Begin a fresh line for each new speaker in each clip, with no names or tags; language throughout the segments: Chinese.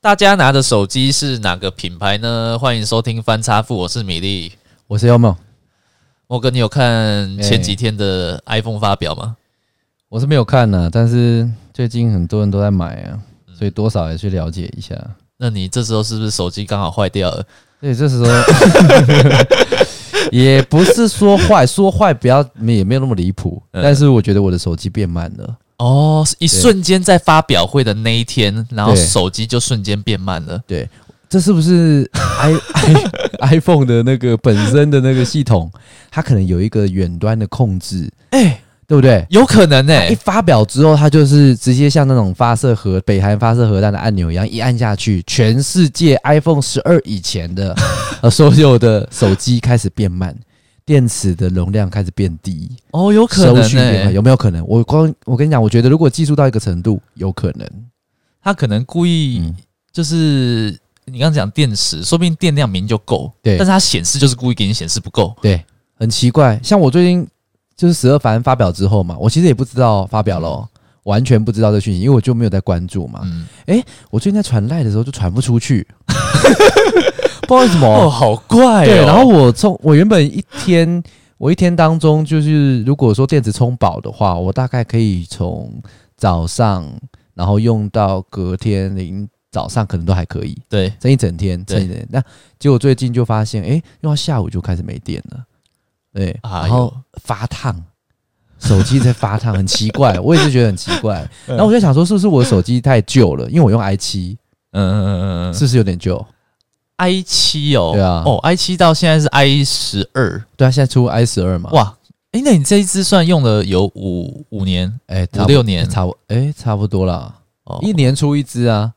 大家拿的手机是哪个品牌呢？欢迎收听翻叉富，我是米粒。
我是 Yomo，
莫哥，你有看
哎
前几天的 iPhone 发表吗？
我是没有看呢、但是最近很多人都在买啊，
嗯
所以多少也去了解一下。
那你这时候是不是手机刚好坏掉了？
所以这时候 也不是说坏，说坏不要也没有那么离谱，
嗯
但是我觉得我的手机变慢了。
哦，是一瞬间在发表会的那一天，然后
对
手机就瞬间变慢了。
对，这是不是 i i iPhone 的那个本身的那个系统，它可能有一个远端的控制，
哎、
对不对？
有可能哎、
啊一发表之后，它就是直接像那种发射核北韩发射核弹的按钮一样，一按下去，全世界 iPhone 十二以 前的呃所有的手机开始变慢，电池的容量开始变低，
哦，有可
收
能
讯
哎、
变快，有没有可能？我光我跟你讲，我觉得如果技术到一个程度，有可能。
他可能故意
嗯，
就是、你刚刚讲电池，说不定电量明明就够，
对
但是它显示就是故意给你显示不够。
对，很奇怪。像我最近就是十二凡发表之后嘛，我其实也不知道发表了哦、完全不知道这讯息，因为我就没有在关注嘛。
嗯，
我最近在传赖的时候就传不出 去，不知道为什么。
哦，好怪哦。
对，然后我充，我原本一天，我一天当中就是，如果说电池充饱的话，我大概可以从早上，然后用到隔天零早上，可能都还可以，
对，
撑一整天，
对
撑一整天。那结果最近就发现，诶，用到下午就开始没电了，对，
哎呦
然后发烫。手机在发烫，很奇怪， 我也是觉得很奇怪。然后我就想说，是不是我手机太旧了？因为我用 i 七，
嗯嗯嗯嗯嗯，
是不是有点旧？
i 七哦，
对啊
哦 i 七到现在是 i 十二，
对啊，现在出 i 十二嘛，
哇，诶，那你这一支算用了有五五年
哎，
五六年
差不哎、差不多啦，
哦，
一年出一只啊，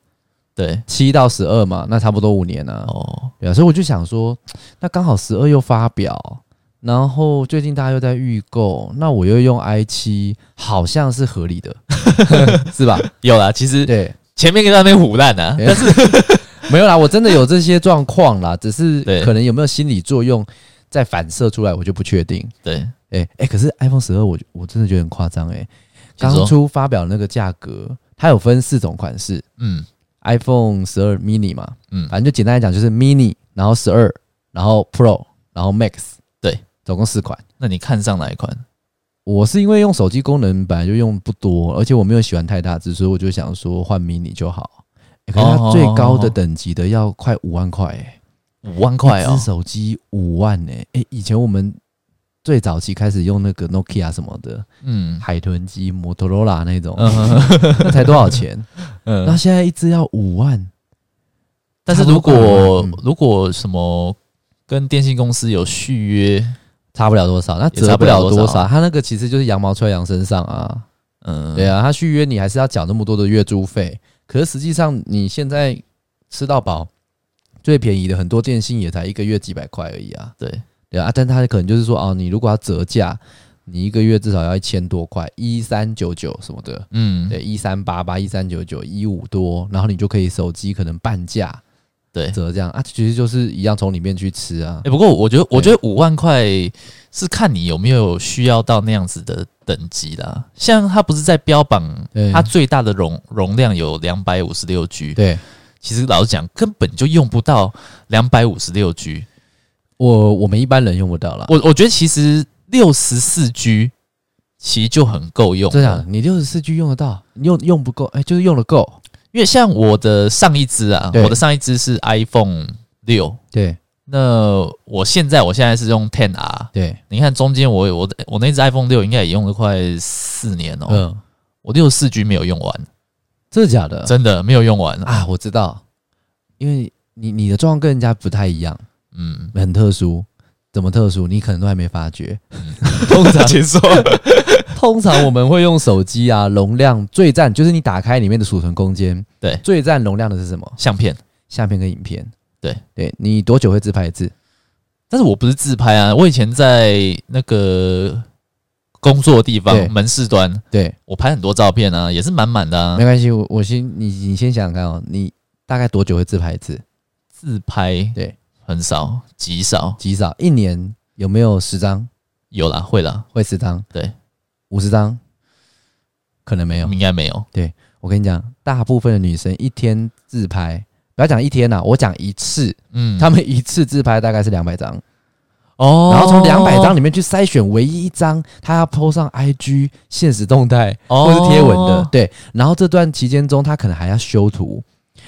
对
七到十二嘛，那差不多五年啊。
哦，
对啊，所以我就想说，那刚好十二又发表，然后最近大家又在预购，那我又用 i 七，好像是合理 的，是吧？
有啦，其实
对，
前面跟那边胡烂啊，
但是没有啦，我真的有这些状 况啦，只是
对
可能有没有心理作用再反射出来，我就不确定。
对，
哎、哎、可是 iPhone 十二，我我真的觉得很夸张哎，
请说
刚出发表那个价格，它有分四种款式。
嗯
iPhone 十二 mini 嘛，
嗯
反正就简单来讲就是 mini，然后十二，然后 Pro，然后 Max，
对，
总共四款。
那你看上哪一款？
我是因为用手机功能本来就用不多，而且我没有喜欢太大只，所以我就想说换 mini 就好。欸可是
哦
它最高的等级的要快五万块、欸，
五万块
一
哦
只，手机五万呢、欸。哎、以前我们最早期开始用那个 Nokia 什么的，
嗯
海豚机、摩托罗拉那种，
嗯
那才多少钱？那
嗯，
现在一只要五万，
但是
差不
如
多吧
果
嗯
如果什么跟电信公司有续约，
差不了多少，那
也差
折
不
不
了多
了
少
多少。他那个其实就是羊毛出在羊身上啊，
嗯，
对啊，他续约你还是要缴那么多的月租费，可是实际上你现在吃到饱，最便宜的很多电信也才一个月几百块而已啊，
对
对啊，啊但他可能就是说哦，你如果要折价，你一个月至少要一千多块，一三九九什么的，
嗯
对，一三八八、一三九九、一五多，然后你就可以手机可能半价
对，
折这样啊，其实就是一样从里面去吃啊
哎、，不过我觉得，我觉得五万块是看你有没有需要到那样子的等级啦。像它不是在标榜，
对
它最大的容容量有两百五十六 G，
对。
其实老实讲，根本就用不到两百五十六 G。
我我们一般人用不到啦。
我我觉得其实六十四 G 其实就很够用
这
了
啊样，，你六十四 G 用得到，你用用不够，哎、就是用的够。
因为像我的上一支啊，
对
我的上一支是 iPhone 六，
对
那我现在我现在是用 Ten R，
对，
你看中间我我我那只 iPhone 六应该也用了快四年哦，
嗯，
我六四 G 没有用完，
真的假的？
真的没有用完啊。
啊，我知道，因为你你的状况跟人家不太一样，
嗯，
很特殊。怎么特殊？你可能都还没发觉。
嗯 通常结束。
通常我们会用手机啊，容量最占就是你打开里面的储存空间，
对
最占容量的是什么？
相片，
相片跟影片。
对
对，你多久会自拍一次？
但是我不是自拍啊，我以前在那个工作地
对
方门市端，
对，
我拍很多照片啊，也是满满的啊
没。关系，我我先你你先想想看哦，你大概多久会自拍一次？
自拍
对，
很少，极少，
极少，一年有没有十张？
有啦，会啦，
会十张，
对，嗯
五十张，可能没有。
应该没有。
我跟你讲，大部分的女生一天自拍不要讲一天呐、啊我讲一次，
嗯，
他们一次自拍大概是两百张，
哦，
然后从两百张里面去筛选唯一一张，他要 PO 上 IG 现实动态
哦
或是贴文的，对。然后这段期间中，他可能还要修图，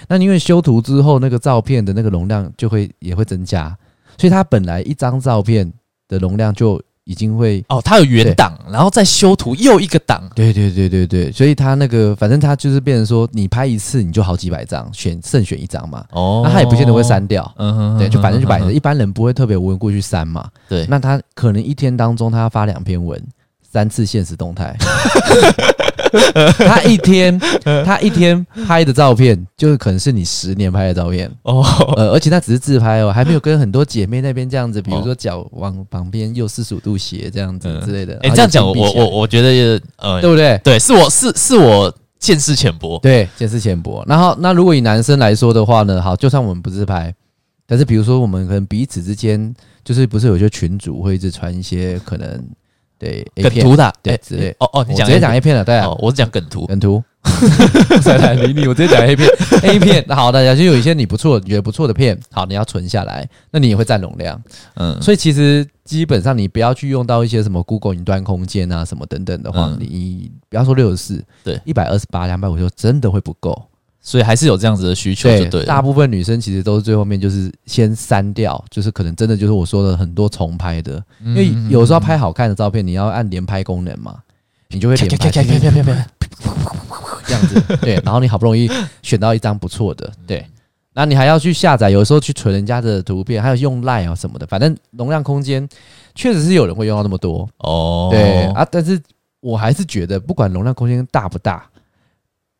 那因为修图之后，那个照片的那个容量就会也会增加，所以他本来一张照片的容量就已经会。
哦，它有原档，然后再修图又一个档，
对对对对对，所以他那个反正他就是变成说，你拍一次你就好几百张，选慎选一张嘛，
哦
那他也不见得会，删掉，
嗯哼
对，就反正就摆着，
嗯哼
一般人不会特别无缘故去删嘛，
对，
那他可能一天当中他要发两 篇文，三次现实动态。他一 天，他一天拍的照片，就是可能是你十年拍的照片，
哦，
呃，而且他只是自拍哦，还没有跟很多姐妹那边这样子，比如
哦
说脚往旁边右四十五度斜这样子
嗯
之类的。
哎，
然后
这样讲
眼
我我
睛闭起来
我我觉得呃
对，不对？
对，是我是是我见识浅薄，
对，见识浅薄。然后，那如果以男生来说的话呢，好，就算我们不自拍，但是比如说我们可能彼此之间，就是不是有些群主会一直传一些可能对 A
梗
片
图的，
对
哎
之类
哦哦，
我
你讲
直接讲 A 片了，对啊，
哦，我是讲梗图，
梗 图，我才懒得理你，我直接讲 A 片，A 片，好，大家就有一些你不错，你觉得不错的片，好，你要存下来，那你也会占容量，
嗯，
所以其实基本上你不要去用到一些什么 Google 云端空间啊什么等等的话，
嗯
你不要说六十四，
对，
一百二十八、两百五就真的会不够，
所以还是有这样子的需求，就对
大
了，
部分女生其实都是最后面就是先删掉，就是可能真的就是我说的很多重拍的，
因
因为有时候拍好看的照片，你要按连拍功能嘛，你就会连拍这样子，对，然后你好不容易选到一张不错的，对，那你还要去下载，有时候去存人家的图片，还有用 Line 啊什么的，反正容量空间确实是有人会用到那么多，
哦，
对啊，但是我还是觉得不管容量空间大不大，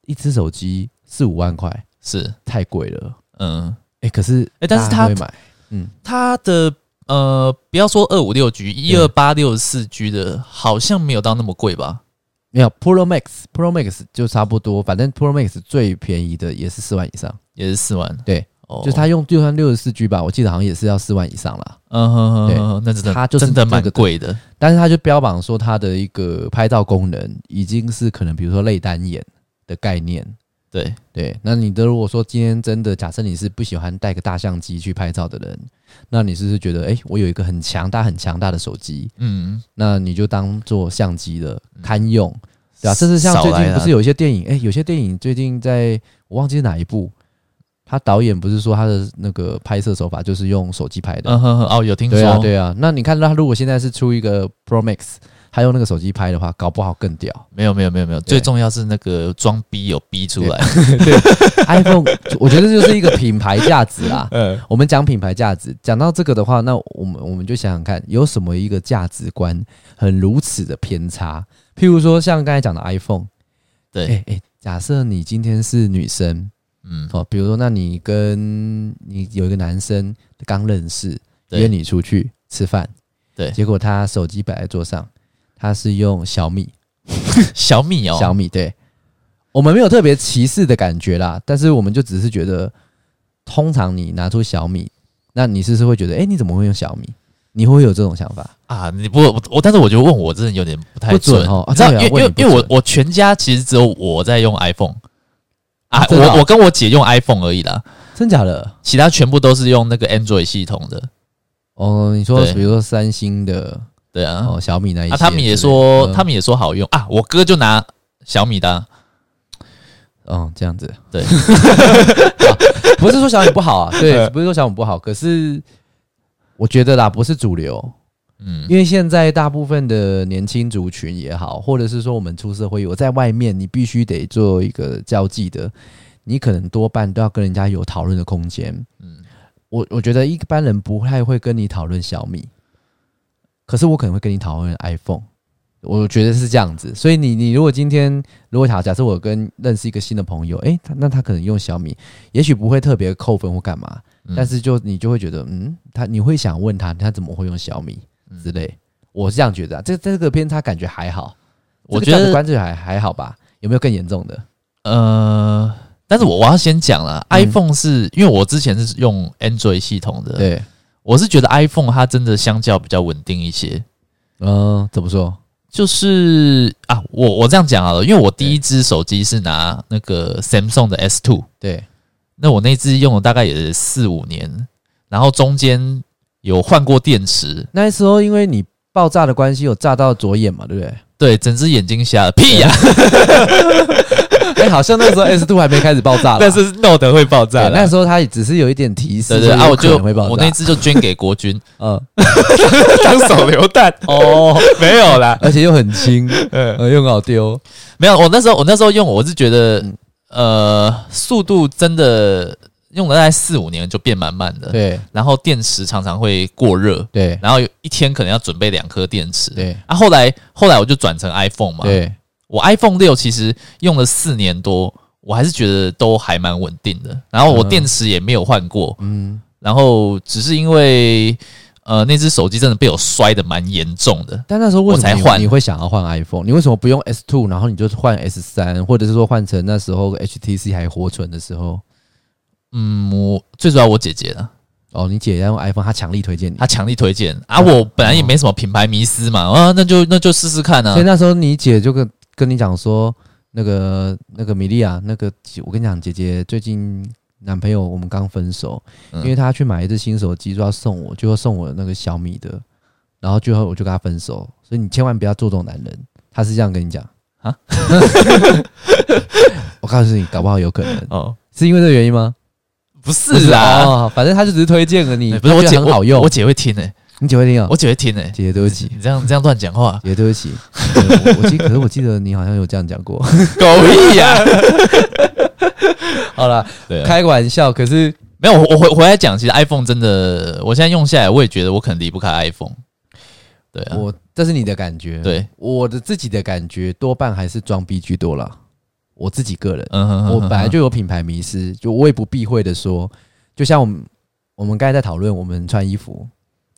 一只手机四五万块
是，
太贵了。
嗯，
哎、可是
哎但是
大家
它
会买，
它的呃，不要说二五六 G，一
对
二八六四 G 的，好像没有到那么贵吧？
没有 Pro Max Pro Max 就差不多，反正 Pro Max 最便宜的也是四万以上，
也是四万，
对，
哦，
就是它用就算六十四 G 吧，我记得好像也是要四万以上啦。
嗯哼哼哼哼，那真的
它就是
真的蛮
这个
贵的，
但是它就标榜说它的一个拍照功能已经是可能比如说类单眼的概念。
对，
对，那你的如果说今天真的假设你是不喜欢带个大相机去拍照的人，那你是不是觉得哎、诶我有一个很强大很强大的手机，
嗯，
那你就当做相机了
嗯
堪用。对啊，甚至像
少
最
来
近
啦
不是有一些电影，哎、有些电影最近在我忘记是哪一部，他导演不是说他的那个拍摄手法就是用手机拍的，
嗯哼哼，哦，有听说，
对啊，对啊。那你看他如果现在是出一个 Pro Max，他用那个手机拍的话，搞不好 更屌。
没有没有没有没有，
对
最重要是那个装逼有逼出来，
iPhone，我觉得这就是一个品牌价值啦。
嗯，
我们讲品牌价值，讲到这个的话，那我们我们就想想看，有什么一个价值观很如此的偏差？譬如说，像刚才讲的 iPhone，哎哎、
对，
诶假设你今天是女生
嗯，
哦，比如说，那你跟你有一个男生刚认识，
对
约你出去吃饭，
对
结果他手机摆在桌上，他是用小米，
小米哦，
小米对，我们没有特别歧视的感觉啦，但是我们就只是觉得，通常你拿出小米，那你是不是会觉得，哎、你怎么会用小米？你会不会有这种想法？
啊，你不我我，但是我觉得问我真的有点不太
不准哦啊
你知道，
对啊
因为
问
因
你
为因
不
为
准
我我全家其实只有我在用 iPhone 啊，
啊真的哦
我我跟我姐用 iPhone 而已啦，
真假的？
其他全部都是用那个 Android 系统的，
哦，你说
对
比如说三星的，
对啊，
哦，小米那一些之类的、
啊，他们也说
嗯
他们也说好用啊，我哥就拿小米的啊，
哦，这样子，
对
好不是说小米不好啊，对，
嗯
不是说小米不好，可是我觉得啦，不是主流，
嗯，
因为现在大部分的年轻族群也好，或者是说我们出社会有在外面，你必须得做一个交际的，你可能多半都要跟人家有讨论的空间。嗯
嗯，
我我觉得一般人不太会跟你讨论小米，可是我可能会跟你讨论 iPhone。我觉得是这样子，所以你你如果今天如果假假设我跟认识一个新的朋友，诶、他那他可能用小米，也许不会特别扣分或干嘛，
嗯
但是就你就会觉得，嗯，他你会想问他，他怎么会用小米之类？我是这样觉得、啊，这这个偏差感觉还好，
我
这
觉
个价值
得
观这还还好吧？有没有更严重的？
呃，但是我我要先讲了
嗯
，iPhone 是因为我之前是用 Android 系统的，
对，
我是觉得 iPhone 它真的相较比较稳定一些，
嗯、怎么说？
就是啊，我我这样讲好了，因为我第一只手机是拿那个 Samsung 的 S Two，
对，
那我那只用了大概也四五年，然后中间有换过电池，
那时候因为你爆炸的关系，有炸到左眼嘛，对不对？
对，整只眼睛瞎了，屁呀、
哎、好像那时候 S two 还没开始爆 炸啦，
但是 Note 会爆炸
对那
了。
时候它也只是有一点提示，
对对
说
啊，
有
我
可
就
能会爆炸。
我那只就捐给国 军
嗯
当手榴弹 哦，没有啦，
而且又很 轻，
嗯，
呃，又很好丢。
没有。我那时候我那时候用，我是觉得
嗯
呃速度真的用了大概四五年就变慢慢的，
对
然后电池常常会过热，
对
然后有一天可能要准备两颗电池。
对
啊，后来后来我就转成 iPhone 嘛，
对，
我 iPhone 六其实用了四年多，我还是觉得都还蛮稳定的。然后我
嗯
电池也没有换过，
嗯，
然后只是因为呃那只手机真的被我摔得蛮严重的。
但那时候为什么
我才
你
换
你会想要换 iPhone？你为什么不用 S two，然后你就换 S 三，或者是说换成那时候 HTC 还活存的时候？
嗯，我最主要我姐姐了，
哦，你姐要用 iPhone，她强力推荐你。
她强力推荐啊。
嗯
我本来也没什么品牌迷思
哦
嘛，啊，那就那就试试看啊
所以。那时候你姐就跟跟你讲说，那个那个米莉亚，那个我跟你讲，姐姐最近男朋友我们刚分手，
嗯
因为她去买一只新手机，说要送我，就要送我那个小米的，然后最后我就跟她分手，所以你千万不要做这种男人，她是这样跟你讲
啊。
我告诉你，搞不好有可能
哦，
是因为这个原因吗？
不是啦，
哦，反正她就只是推荐了你，
哎不是我
她
姐
觉得很好
我
用
我。姐会听诶、
你姐会听啊？
我姐会听诶、
姐姐对 不起，，
你这样这样乱讲话
姐姐对 不起，对我我记，可是我记得你好像有这样讲过。
狗屁呀、
好了，
对啊，
开个玩笑，可是
没有，我我回回来讲，其实 iPhone 真的，我现在用下来，我也觉得我可能离不开 iPhone。对啊，
我这是你的感觉，，
对，
我的自己的感觉多半还是装逼居多啦。我自己个人，
嗯哼哼哼
我本来就有品牌迷失，就我也不避讳的说，就像我们我们刚才在讨论我们穿衣服，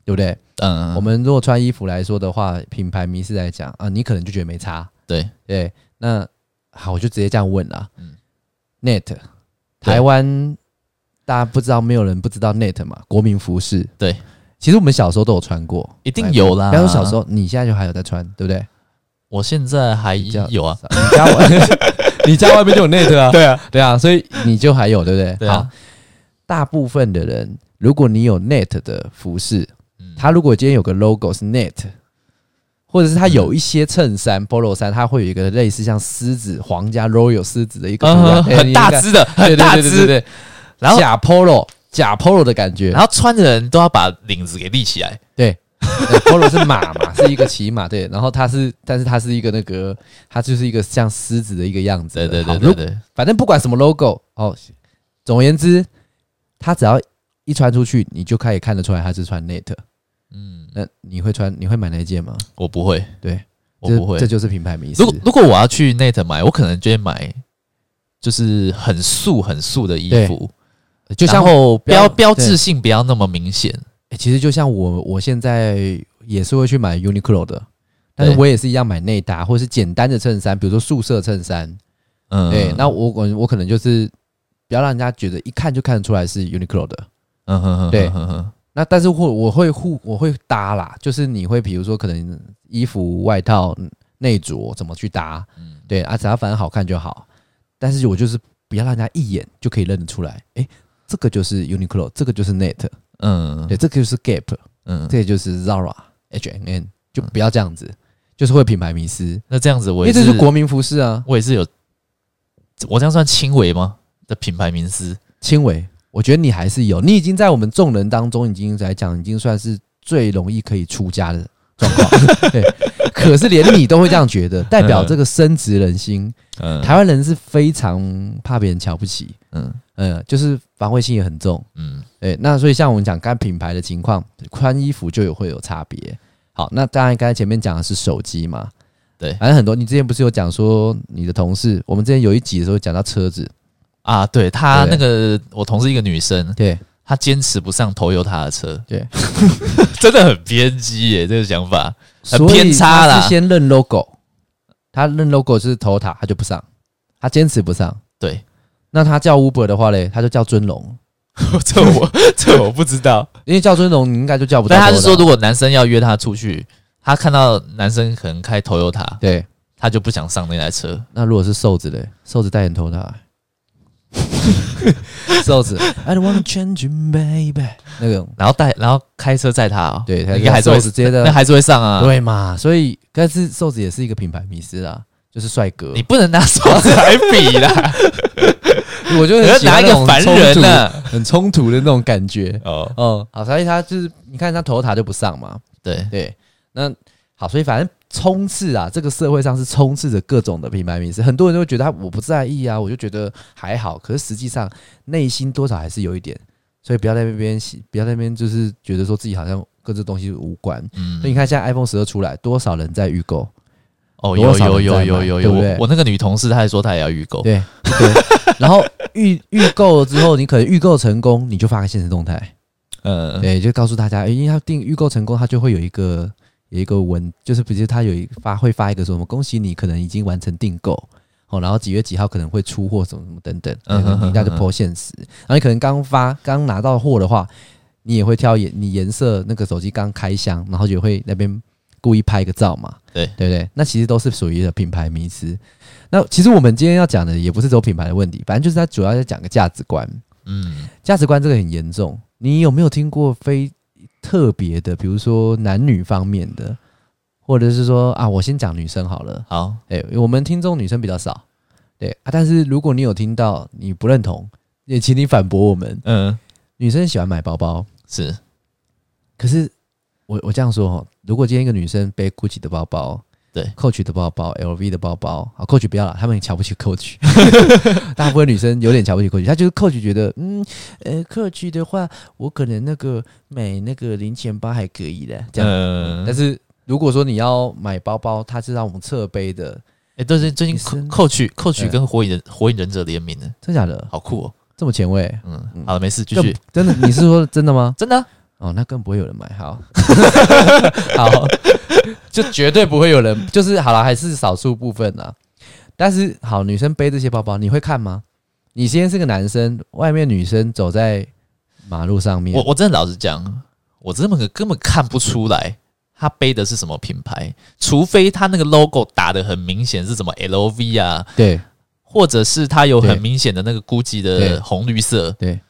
对不对？
嗯，
我们如果穿衣服来说的话，品牌迷失来讲啊，你可能就觉得没差，
对
对。那好，我就直接这样问啦，
嗯
n e t 台湾大家不知道，没有人不知道 Net 嘛，国民服饰，
对。啊
其实我们小时候都有穿过，
一定有啦。
不要说小时，候，你现在就还有在穿，对不对？
我现在还
比较
有啊。
少你家外， 你家外面就有 net 啊，
对啊，
对啊，所以你就还有，对不对？
对
好
啊，，
大部分的人，如果你有 net 的服饰，
嗯
它如果今天有个 logo 是 net，或者是它
嗯
有一些衬衫、polo 衫，它会有一个类似像狮子、皇家 royal 狮子的一个图案
嗯，
哎
很大，只的，
你
很
应该
大
对对对对
只，
对对，
然后
假 polo 假 polo 的感觉，
然后穿的人都要把领子给立起来。
对。 对 polo 是马嘛，是一个骑马，对，然后它是，但是它是一个那个，它就是一个像狮子的一个样子的。
对对
好
对
如
对对，
反正不管什么 logo 哦，总而言之，他只要一穿出去，你就可以看得出来他是穿 net。
嗯，
那你会穿？你会买那一件吗？
我不会，
对，
我不会
这这。就是品牌迷思
如。果如果我要去 Net 买，我可能就会买就是很素很素的衣
对
服，
呃就像
然后标
对
标志性不要那么明显。
诶其实就像我，我现在也是会去买 Uniqlo 的，但是
对
我也是一样买内搭或是简单的衬衫，比如说素色衬衫。
嗯，
对，那我我我可能就是不要让人家觉得一看就看得出来是 Uniqlo 的。
嗯哼哼，
对
哼哼哼
那但是会我会互我会搭啦，就是你会比如说可能衣服、外套、嗯内着怎么去搭，
嗯
对啊，只要反正好看就好。但是我就是不要让人家一眼就可以认得出来，诶，这个就是 Uniqlo，这个就是 Net，
嗯，
对，这个就是 Gap，
嗯，
这个就是 Zara、H&M，就不要这样子，就是会品牌迷失，因
那这样子我
为
也
这是国民服饰啊，
我也是有，我这样算轻微吗？的品牌名师，
轻微。我觉得你还是有，你已经在我们众人当中已经来讲，已经算是最容易可以出家的状况。 对，可是连你都会这样觉得，代表这个深植人心。
嗯，
台湾人是非常怕别人瞧不起，
嗯
呃，就是防卫心也很重。
嗯
对，那所以像我们讲刚才品牌的情况，穿衣服就有会有差别。好，那当然刚才前面讲的是手机嘛，
对
反正很多。你之前不是有讲说你的同事，我们之前有一集的时候讲到车子，
啊，对他
对
那个我同事一个女生，
对，
她坚持不上头油她的车，
对，
真的很偏激耶，这个想 法，很
所以
偏差啦
他是先认 logo，他认 logo 就是头塔，他就不上，他坚持不上。
对，
那他叫 Uber 的话嘞，他就叫尊龙，
这我 这我不知道，
因为叫尊龙你应该就叫不到
但
头塔。
他是说，如果男生要约她出去，他看到男生可能开头油塔，
对，
他就不想上那台车，
那如果是瘦子嘞，瘦子代言头塔，啊 瘦子，I don't wanna change you, baby，那种，
然后带，然后开车载他、哦，
对，他
应该还是会
瘦子接
那
的，
还是会上啊。
对嘛？所以，但是瘦子也是一个品牌迷失啦，就是帅哥
你，不能拿手指来比啦，
我就
你
很
要
喜欢
拿一
那
个
种
凡
冲
人啊
突
呢。
很冲突的那种感觉。
哦，
嗯，好，所以他就是你看他头塔就不上嘛，
对，
对，那好，所以反正充斥啊，这个社会上是充斥着各种的品牌名词，很多人都会觉得他我不在意啊，我就觉得还好，可是实际上内心多少还是有一点，所以不要在那边喜不要在那边就是觉得说自己好像跟这东西无关。
嗯
所以，你看，现在 iPhone 十二出来，多少人在预购？
哦，
多
有
少
有
人
有
在
有
买
有
对
有，
不
我
对
我那个女同事她也说她也要预购，
对，一堆然后预预购了之后，你可能预购成功，你就发个现实动态，
嗯，
对，就告诉大家，诶因为他订预购成功，他就会有一个有一个文，就是比如他有一发会发一个说什么恭喜你可能已经完成订购哦，然后几月几号可能会出货什么什么等等，
嗯哼
嗯、你那就
嗯哼
po 现实，然后你可能刚发刚拿到货的话，你也会挑颜你颜色那个手机刚开箱，然后也会那边故意拍个照嘛，
对
对不对？那其实都是属于的品牌迷失。那其实我们今天要讲的也不是只有品牌的问题，反正就是它主要在讲个价值观。
嗯，
价值观这个很严重。你有没有听过非特别的，比如说男女方面的，或者是说啊，我先讲女生好了。
好，
哎、我们听众女生比较少，对啊。但是如果你有听到你不认同，也请你反驳我们。
嗯，
女生喜欢买包包，
是，
可是我我这样说哈，哦如果今天一个女生背 GUCCI 的包包，
对
，Coach 的包包，LV 的包包，啊，Coach 不要了，他们瞧不起 Coach，大部分女生有点瞧不起 Coach，她就是 Coach 觉得，嗯，呃，Coach 的话，我可能那个买那个零钱包还可以的，这样。
嗯，
但是如果说你要买包包，它是让我们侧背的，
哎，对对，最近
女生
Coach Coach
嗯
跟火影忍火影忍者联名的，
真假的？
好酷哦，
这么前卫？
嗯，
嗯
好了，没事，继续，
更真的？你是说真的吗？
真的啊，
哦，那更不会有人买， 好，好，就绝对不会有人，就是好了，还是少数部分啦。但是好，女生背这些包包，你会看吗？你今天是个男生，外面女生走在马路上面，
我我真的老实讲，我根本根本看不出来他背的是什么品牌，除非他那个 logo 打的很明显是什么 LV 啊，
对
或者是他有很
对
明显的那个 GUCCI 的
对
红绿色，
对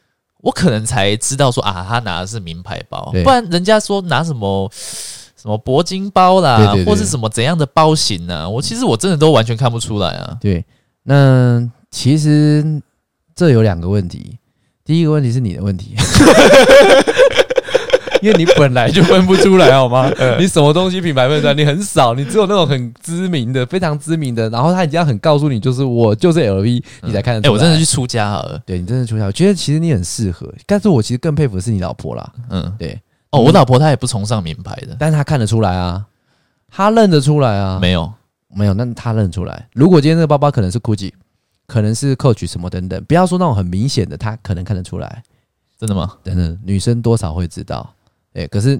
我可能才知道说啊，他拿的是名牌包，
对
不然人家说拿什么。什么铂金包啦，
对对对
或是什么怎样的包型呢、我其实我真的都完全看不出来啊。
对。那其实这有两个问题，第一个问题是你的问题， 因为你本来就分不出来好吗？
嗯
你什么东西品牌分出来？你很少，你只有那种很知名的、非常知名的，然后他已经很告诉你，就是我就是 LV，你才看得
哎、
出来。
我真的去出家了。
对你真的出来，我觉得其实你很适合，但是我其实更佩服的是你老婆啦，
嗯，
对，
哦，我老婆她也不崇尚名牌的，
但是她看得出来啊，她认得出来啊，
没有。
没有，那她认得出来。如果今天这个包包可能是 GUCCI，可能是 Coach 什么等等，不要说那种很明显的，她可能看得出来。
真的吗？
等等，女生多少会知道，哎、可是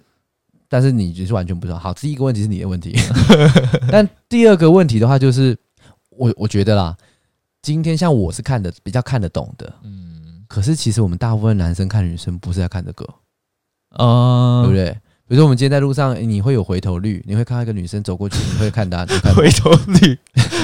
但是你就是完全不知道。好，第一个问题是你的问题， 但第二个问题的话，就是我我觉得啦，今天像我是看的比较看得懂的，
嗯，
可是其实我们大部分男生看女生不是在看这个，
呃，
对不对？比如说我们今天在路上，诶你会有回头率，你会看到一个女生走过去，你会看她，你会 看她。
回头率、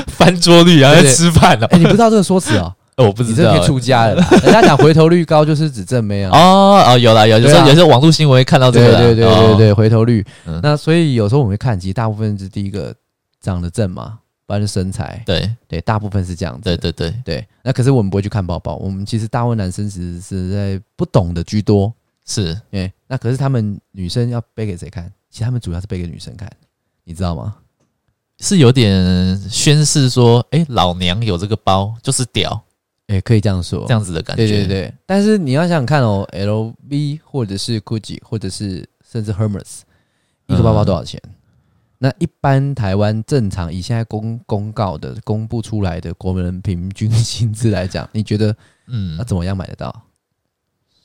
翻桌率，然后在吃饭了、
哎、你不知道这个说辞哦，
呃我不
你
知
这
道、
可以出家 了啦。人家讲回头率高就是指正妹啊。
哦哦，有啦有，有时
对
候
啊
有时候网络新闻会看哦到这
对
个啦，
对对对对，回头率。
嗯
那所以有时候我们会看，其实大部分是第一个长得正嘛，不然就身材，
对
对，大部分是这样子。
对对对对，
对那可是我们不会去看包包，我们其实大部分男生其实是在不懂的居多，
是
哎，那可是他们女生要背给谁看？其实他们主要是背给女生看，你知道吗？
是有点宣示说，哎、老娘有这个包就是屌
哎，可以这样说，
这样子的感觉，
对对对。但是你要想想看哦，LV 或者是 GUCCI 或者是甚至 Hermes，一个
嗯
包包多少钱？那一般台湾正常以现在公公告的公布出来的国人平均薪资来讲， 你觉得
嗯
那，怎么样买得到？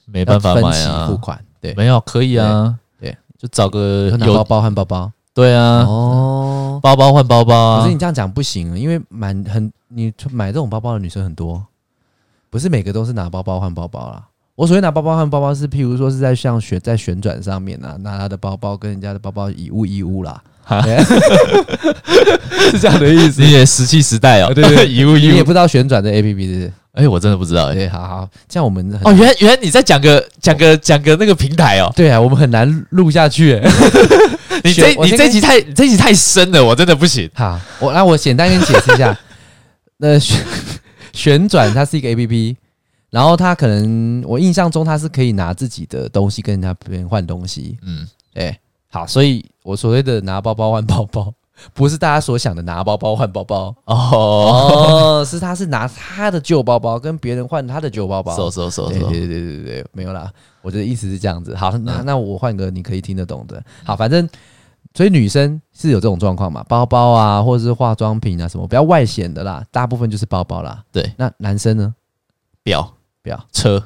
没办法
要分
买
期付
啊，
款，对，
没有可以啊，
对对
就找个
有拿包
有
包换包包
对啊，
哦。
包包换包包
可
啊
是，你这样讲不行，因为买很你买这种包包的女生很多，不是每个都是拿包包换包包啦。我所谓拿包包换包包是，譬如说是在像旋在旋转上面啊，拿她的包包跟人家的包包以物易物啦，
哈
对是这样的意思。
你也石器时代哦，
对对 对
一物
你
一
也
物
不知道旋转的 A P P 是不是
哎、我真的不知道哎、
对，好好，这样我们很
哦，原来原来你在讲个讲个讲个那个平台哦，
对啊，我们很难录下去欸。
你这
选我
你
先
这
跟
集太你这集太深了，我真的不行。
好，我那我简单跟你解释一下， 呃，旋 旋转它是一个 A P P，然后它可能我印象中它是可以拿自己的东西跟人家别人换东西，
嗯，
哎、好，所以我所谓的拿包包换包包， 不是大家所想的拿包包换包包，
哦，
哦， 是他是拿他的旧包包跟别人换他的旧包包，
收收收
对
收，
对对对对对，没有啦，我的意思是这样子。好，那那我换个你可以听得懂的。好，反正所以女生是有这种状况嘛，包包啊，或者是化妆品啊什么，比较外显的啦，大部分就是包包啦。
对，
那男生呢？
表
表
车，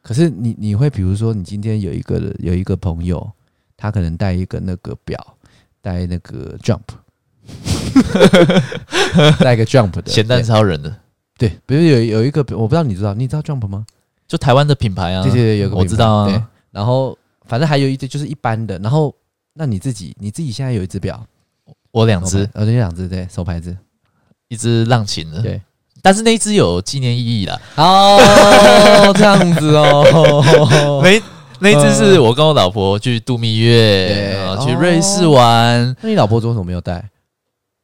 可是你你会比如说，你今天有一个有一个朋友，他可能带一个那个表，带那个 jump，带一个 jump 的
咸蛋超人的，
对，对比如有有一个，我不知道你知道，你知道 jump 吗？
就台湾的品牌啊，
对对对，有个
我
品
知
牌
道啊
对，然后反正还有一只就是一般的，然后那你自己你自己现在有一只表，
我两只，
呃，对，两只对，手牌子，
一只浪琴的，
对，
但是那一只有纪念意义啦，
哦，这样子哦，呃
没。那一只是我跟我老婆去度蜜月，
对哦
然后去瑞士玩。
那你老婆为什么没有带？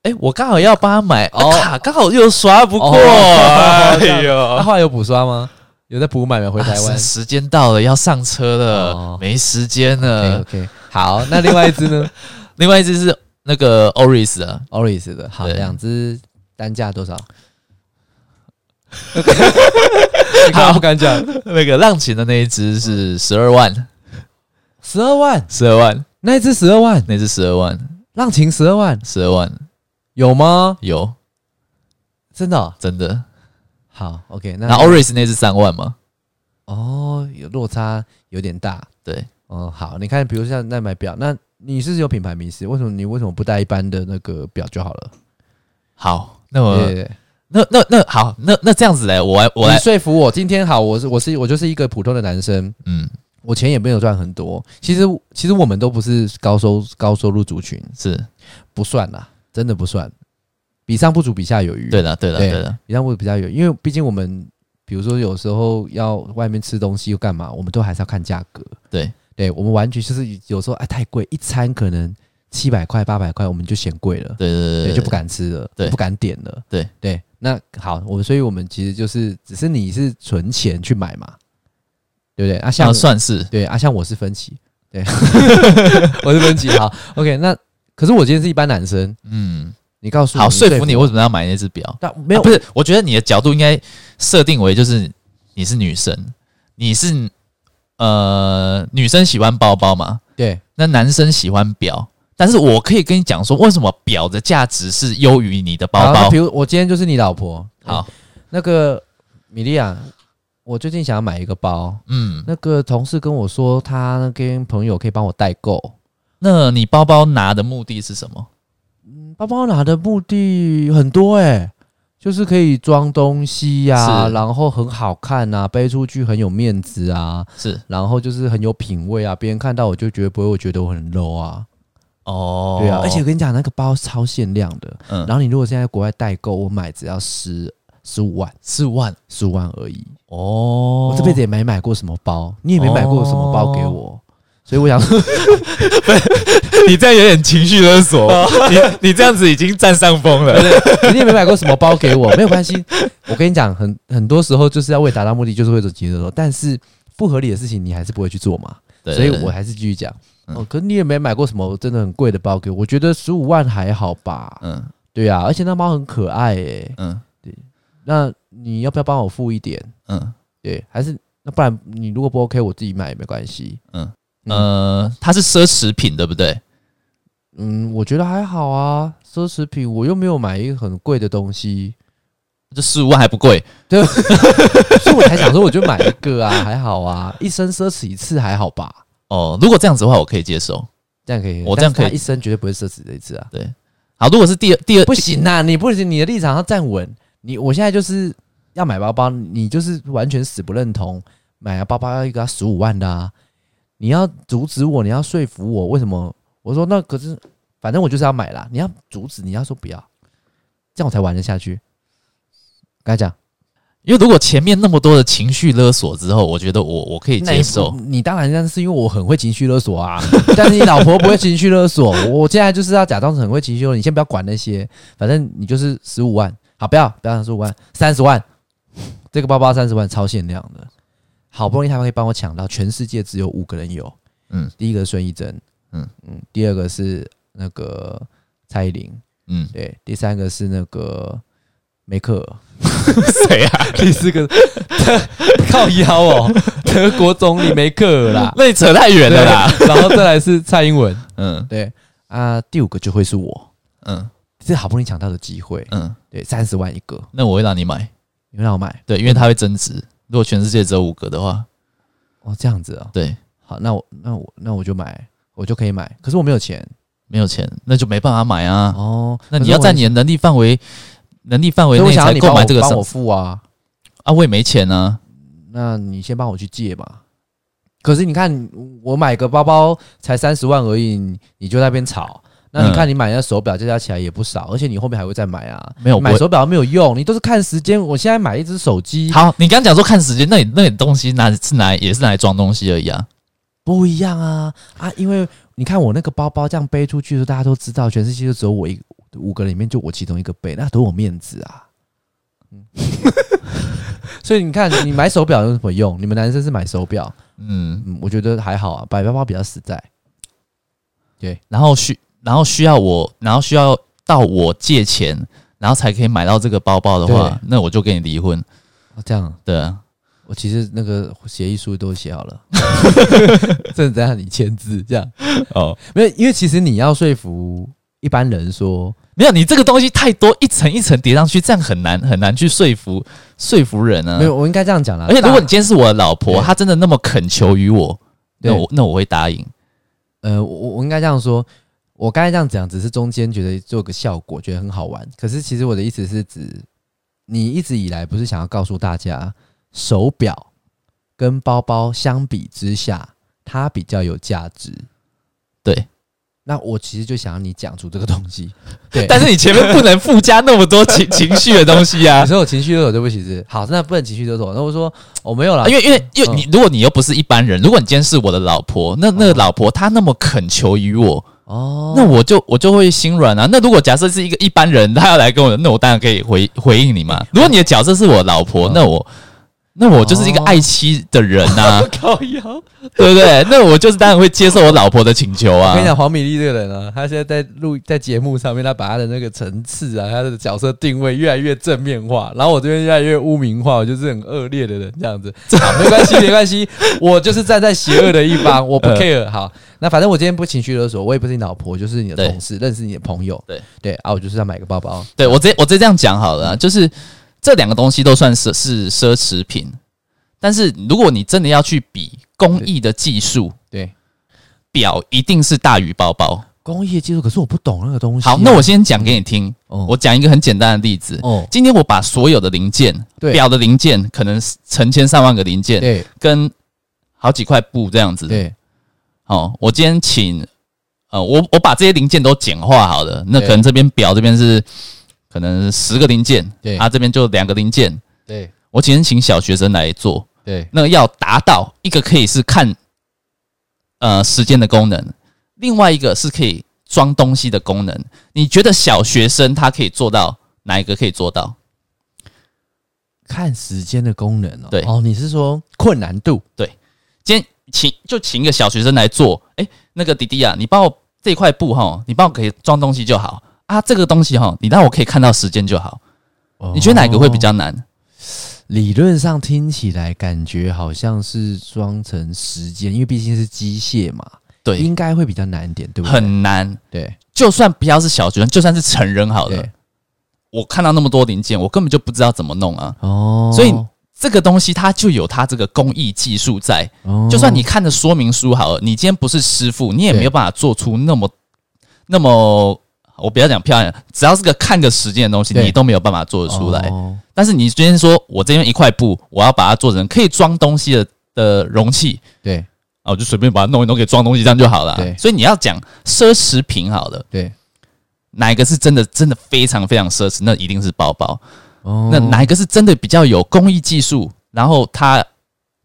哎、我刚好要帮她买，
哦
哦、卡刚好又刷不过，
哦
哎
那、
呦，
后来有补刷吗？有在补买没？回台湾、
啊时时间到了，要上车了，
哦
没时间
o
了。
k 哎 OK，好，呃那另外一只呢
另外一只是那个 Oris 啊，
？Oris 的，好，
对
两只单价 多少？
好
好，不敢讲，
那个浪琴的那一只是十二万，
十二万，
十二万，
那一只十二万，
那只十二万，
浪琴十二万，
十二万
有吗？
有
真的哦、
真的。
好，OK，那
那 Oris 那只三万嘛，
哦，有落差有点大。
对，
哦，好，你看，比如像那买表，那你是不是有品牌迷失，为什么你为什么不带一般的那个表就好了？
好，那我
对对对
那那那好，那那这样子嘞，我来呃我
你
来，
说服我，今天好，我是我是我就是一个普通的男生，
嗯，
我钱也没有赚很多。其实其实我们都不是高收高收入族群，
是
不算啦，真的不算。比上不足，比下有余。
对的，对的，
对
对的，
比上不足，比下有余，因为毕竟我们比如说有时候要外面吃东西又干嘛，我们都还是要看价格。
对，
对我们完全就是有时候哎太贵，一餐可能七百块八百块，我们就嫌贵了，
对对
对，
对，
就不敢吃了，
对
不敢点了，
对
对。那好，我们所以我们其实就是只是你是存钱去买嘛，对不对？啊，
想
像
算是
对啊，像我是分期，对， 我是分期。好，OK 那。可是我今天是一般男生，
嗯，
你告诉我
好说
说
服你为什么要买那只表？
但没有、
啊不是，我觉得你的角度应该设定为就是你是女生，你是呃女生喜欢包包嘛，
对
那男生喜欢表，但是我可以跟你讲说，为什么表的价值是优于你的包嗯
好那
包
比。如我今天就是你老婆，
好，
那个米莉亚，我最近想要买一个包，
嗯，
那个同事跟我说，他跟朋友可以帮我代购。
那你包包拿的目的是什么？
嗯包包拿的目的很多哎、就是可以装东西呀、
是
然后很好看啊，背出去很有面子啊，
是
然后就是很有品味啊，别人看到我就觉得不会，我觉得我很 low 啊，
哦，
对啊。而且我跟你讲，那个包超限量的，
嗯，
然后你如果现在国外代购，我买只要十十五万，
四万
十五万而已。
哦，
我这辈子也没买过什么包，你也没买过什么包给我，所以我想说，
你这样有点情绪勒索，
哦
你你这样子已经占上风了。
你也没买过什么包给我，没有关系。我跟你讲，很很多时候就是要为达到目的，就是为了急着说，但是不合理的事情你还是不会去做嘛。
对
所以我还是继续讲。
嗯
哦，可你也没买过什么真的很贵的包给我，我觉得十五万还好吧。
嗯
对啊，而且那猫很可爱诶、
嗯
那你要不要帮我付一点？
嗯
对，还是那不然你如果不 OK，我自己买也没关系。
嗯呃，它是奢侈品，对不对？
嗯，我觉得还好啊，奢侈品我又没有买一个很贵的东西，
这四五万还不贵，
所以我才想说我就买一个啊，还好啊，一生奢侈一次还好吧，
哦，如果这样子的话，我可以接受。
这样可以，
我哦这样可以
但是他一生绝对不会奢侈的一次啊，
好，如果是第二第二
不行啊，你不行，你的立场要站稳，你我现在就是要买包包，你就是完全死不认同买个包包要一个十五万的啊，你要阻止我，你要说服我，为什么？我说那可是反正我就是要买啦，你要阻止，你要说不要，这样我才玩得下去，跟他讲。
因为如果前面那么多的情绪勒索之后，我觉得我我可以
那
接
你
受。
你当然但是因为我很会情绪勒索啊， 但是你老婆不会情绪勒索，我现在就是要假装很会情绪勒索，你先不要管那些，反正你就是十五万，好，不要不要十五万，三十万，这个包包三十万超限量的，好不容易他们可以帮我抢到，全世界只有五个人有，
嗯
第一个是孙艺珍，嗯
嗯
嗯，第二个是那个蔡依林，
嗯，
对，第三个是那个梅克尔，
谁啊？
第四个 靠腰哦，德国总理梅克尔啦，
那你扯太远了啦。
对，然后再来是蔡英 文，
嗯
对啊，第五个就会是我，
嗯
这好不容易抢到的机会，
嗯，
对，三十万一个，
那我会让你买，
你会让我买？
对，因为它会增值。如果全世界只有五个的话，
哦，这样子啊、
对，
好，那我那我那我就买，我就可以买，可是我没有钱
没有钱那就没办法买啊。
哦，
那你
可是
要
我
在
很
你的能力范围能力范围
所以我
内
想要
才
你
购
帮
买
我
这个
帮
商
我付啊，
啊，我也没钱啊。
那你先帮我去借嘛。可是你看，我买个包包才三十万而已，你你就在那边吵。那你看你买那手表，加加起来也不少，而且你后面还会再买啊。
没有
买
我
手表没有用，你都是看时间。我现在买一只手机，
好，你刚刚讲说看时间，那你那你东西拿是拿来也是拿来装东西而已啊。
不一样啊啊！因为你看我那个包包这样背出去的时候，大家都知道，全世界就只有我一五个人里面就我其中一个背，那多有面子啊！嗯， 所以你看，你买手表有什么用？你们男生是买手表，
嗯，
嗯，我觉得还好啊，买包包比较实在。
然后需然后需要我，然后需要到我借钱，然后才可以买到这个包包的话
对，
那我就跟你离婚。
哦，这样，
对啊，
我其实那个协议书都写好了， 这等下你签字，这样
哦，
没有，因为其实你要说服一般人说，
没有，你这个东西太多，一层一层叠上去，这样很难很难去说服说服人啊
没。有，我应该这样讲啦。
而且如果
大
你今天是我的老婆，
对
她真的那么恳求于我，那
对
我那我会答应。
呃，我我应该这样说，我刚才这样讲，只是中间觉得做个效果，觉得很好玩。可是其实我的意思是指，你一直以来不是想要告诉大家，手表跟包包相比之下，它比较有价值。
对，
那我其实就想要你讲出这个东 西，对，
但是你前面不能附加那么多情情绪的东西 啊
有。时候情绪勒索，对不起是好，那不能情绪勒索。那我说我、没有啦，
啊因为因为因为
嗯
你，如果你又不是一般人，如果你今天是我的老婆，那那个老婆她那么恳求于我，
哦，
那我就我就会心软啊。那如果假设是一个一般人，他要来跟我，那我当然可以回回应你嘛。如果你的角色是我老婆
嗯，
那我那我就是一个
哦，
爱妻的人呐、啊
靠腰。
对不对？那我就是当然会接受我老婆的请求
我
啊
跟你。讲，黄米粒这个人啊，他现在在录在节目上面，他把他的那个层次啊，他的角色定位越来越正面化，然后我这边越来越污名化，我就是很恶劣的人这 样子。好没关系，没关系，我就是站在邪恶的一方，我不
呃
care。好，那反正我今天不情绪勒索，我也不是你老婆，就是你的
对
同事，认识你的朋友。
对
对啊，我就是要买个包包。
对我直接我直接这样讲好了啊、就是这两个东西都算是是奢侈品，但是如果你真的要去比工艺的技术，
对，
表一定是大于包包。
工业技术，可是我不懂那个东西啊、
好，那我先讲给你听。
哦
我讲一个很简单的例子。
哦
今天我把所有的零件，
对
表的零件，可能是成千上万个零件，
对
跟好几块布这样子。
对
哦，我今天请，呃，我我把这些零件都简化好了。那
对
可能这边表这边是可能十个零件，
对
啊，这边就两个零件。
对
我今天请小学生来做，
对
那要达到一个可以是看呃时间的功能，另外一个是可以装东西的功能。你觉得小学生他可以做到哪一个可以做到？
看时间的功能哦。
对
哦，你是说困难度？
今天请就请一个小学生来做，哎、那个弟弟啊，你帮我这块布哈，你帮我可以装东西就好啊，这个东西哈，你让我可以看到时间就好。你觉得哪个会比较难？
哦理论上听起来感觉好像是装成时间，因为毕竟是机械嘛，
对，
应该会比较难一点，对不对？
很难。
对
就算不要是小学生，就算是成人好了
对，
我看到那么多零件，我根本就不知道怎么弄啊。
哦，
所以这个东西它就有它这个工艺技术在。
哦
就算你看的说明书好了，你今天不是师傅，你也
对
没有办法做出那么那么。我不要讲漂亮，只要是个看个时间的东西，
对
你都没有办法做得出来。
哦
但是你今天说我这边一块布，我要把它做成可以装东西的的容器
对
啊，我就随便把它弄一弄，给装东西这样就好了啊
对。
所以你要讲奢侈品好了，
对
哪一个是真的真的非常非常奢侈？那一定是包包。
哦
那哪一个是真的比较有工艺技术，然后它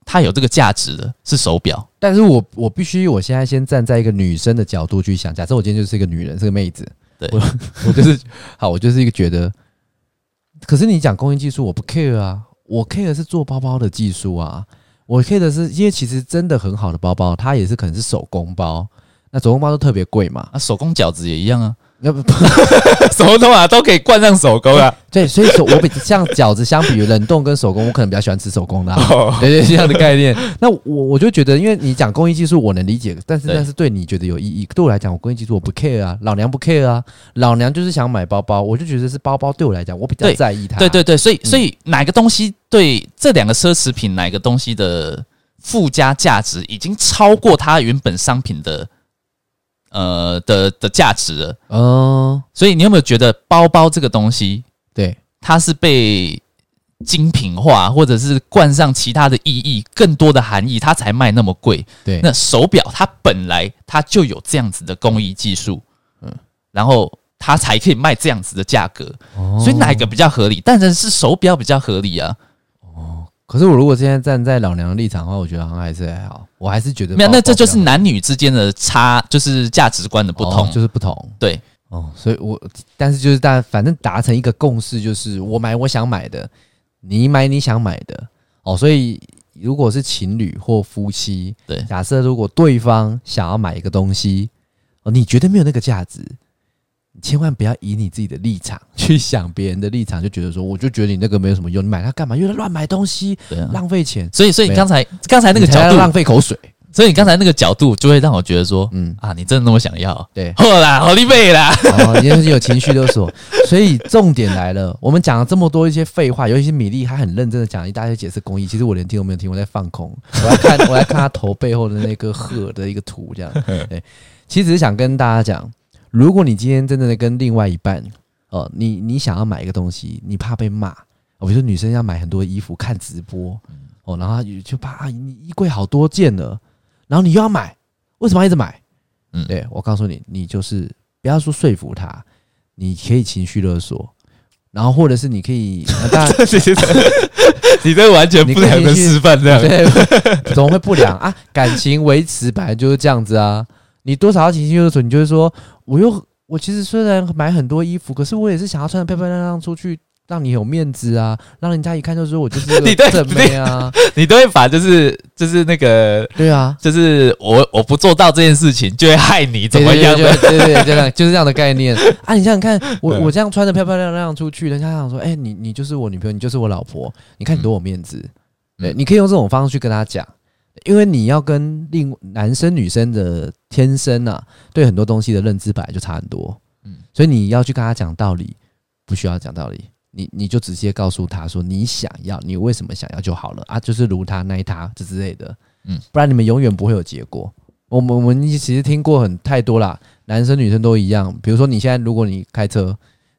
它有这个价值的是手表，
但是我我必须，我现在先站在一个女生的角度去想，假设我今天就是一个女人，是个妹子，
对
我我就是 好，我就是一个觉得，可是你讲工艺技术，我不 care 啊，我 care 是做包包的技术啊，我 care 的是，因为其实真的很好的包包，它也是可能是手工包，那手工包都特别贵嘛，
啊，手工饺子也一样啊，
要不
什么都啊都可以冠上手工啊。
对，所以说我比像饺子相比于冷冻跟手工，我可能比较喜欢吃手工的、啊，
哦
对对，这样的概念。那我我就觉得，因为你讲工艺技术，我能理解，但是
对
但是对你觉得有意义，对我来讲，我工艺技术我不 care 啊，老娘不 care 啊，老娘就是想买包包，我就觉得是包包对我来讲，我比较
对
在意 它。
对对对，所以
嗯
所以哪个东西对这两个奢侈品，哪个东西的附加价值已经超过它原本商品的呃的的价值了。
嗯、
所以你有没有觉得包包这个东西，
对，
它是被精品化，或者是冠上其他的意义更多的含义，它才卖那么贵？
对
那手表它本来它就有这样子的工艺技术，嗯
嗯，
然后它才可以卖这样子的价格，
哦
所以哪一个比较合理？当然是手表比较合理啊。
可是我如果现在站在老娘的立场的话，我觉得好像还是还好，我还是觉得
没有，
包
那这
包比
就
较
是男女之间的差，就是价值观的不同。
哦就是不同。
对，
哦，所以我但是就是大反正达成一个共识，就是我买我想买的，你买你想买的。哦，所以如果是情侣或夫妻，
对
假设如果对方想要买一个东西，哦，你觉得没有那个价值，你千万不要以你自己的立场 去想别人的立场，就觉得说我就觉得你那个没有什么用，你买它干嘛？又在乱买东西，
对啊。
浪费钱。
所以，所以
没
你
有
刚才刚才那个
你才
角
要浪
度，
费口水，
所以你刚才那个角度就会让我觉得说，
嗯，
啊，你真的那么想要？
对，
好啦，好利贝啦，
哦，也就是有情绪勒索。所以重点来了，我们讲了这么多一些废话，尤其是米粒，她很认真的讲了一大堆解释公益，其实我连听都没有听，我在放空，我在看我在看她头背后的那个鹤的一个图，这样。对，其实只是想跟大家讲，如果你今天真正的跟另外一半，哦、你你想要买一个东西，你怕被骂，哦，比如说女生要买很多衣服看直播，哦，然后她就就怕啊，你衣柜好多件了，然后你又要买，为什么要一直买？
嗯
嗯，对我告诉你，你就是不要说说服他，你可以情绪勒索，然后或者是你可以，啊、当然
你这完全不良的示范 这样。
对， 怎么会不良啊？感情维持本来就是这样子啊，你多少要情绪勒索，你就会说，我又我其实虽然买很多衣服，可是我也是想要穿的漂漂亮亮出去。让你有面子啊，让人家一看就说我就是
你
个
对
正妹啊，
你都会把就是就是那个
对啊，
就是我我不做到这件事情，就会害你怎么样
对
的？
对对对对，这样就是这样的概念啊！你想想看，我我这样穿的漂漂亮亮出去，人家想说，哎、你你就是我女朋友，你就是我老婆，你看你多有面子。对，你可以用这种方式去跟他讲，因为你要跟另男生女生的天生啊，对很多东西的认知本来就差很多，
嗯
嗯，所以你要去跟他讲道理，不需要讲道理。你你就直接告诉他说你想要，你为什么想要就好了啊，就是如他那一他这之类的，
嗯
嗯，不然你们永远不会有结果。我们我们其实听过很太多啦，男生女生都一样。比如说你现在如果你开车，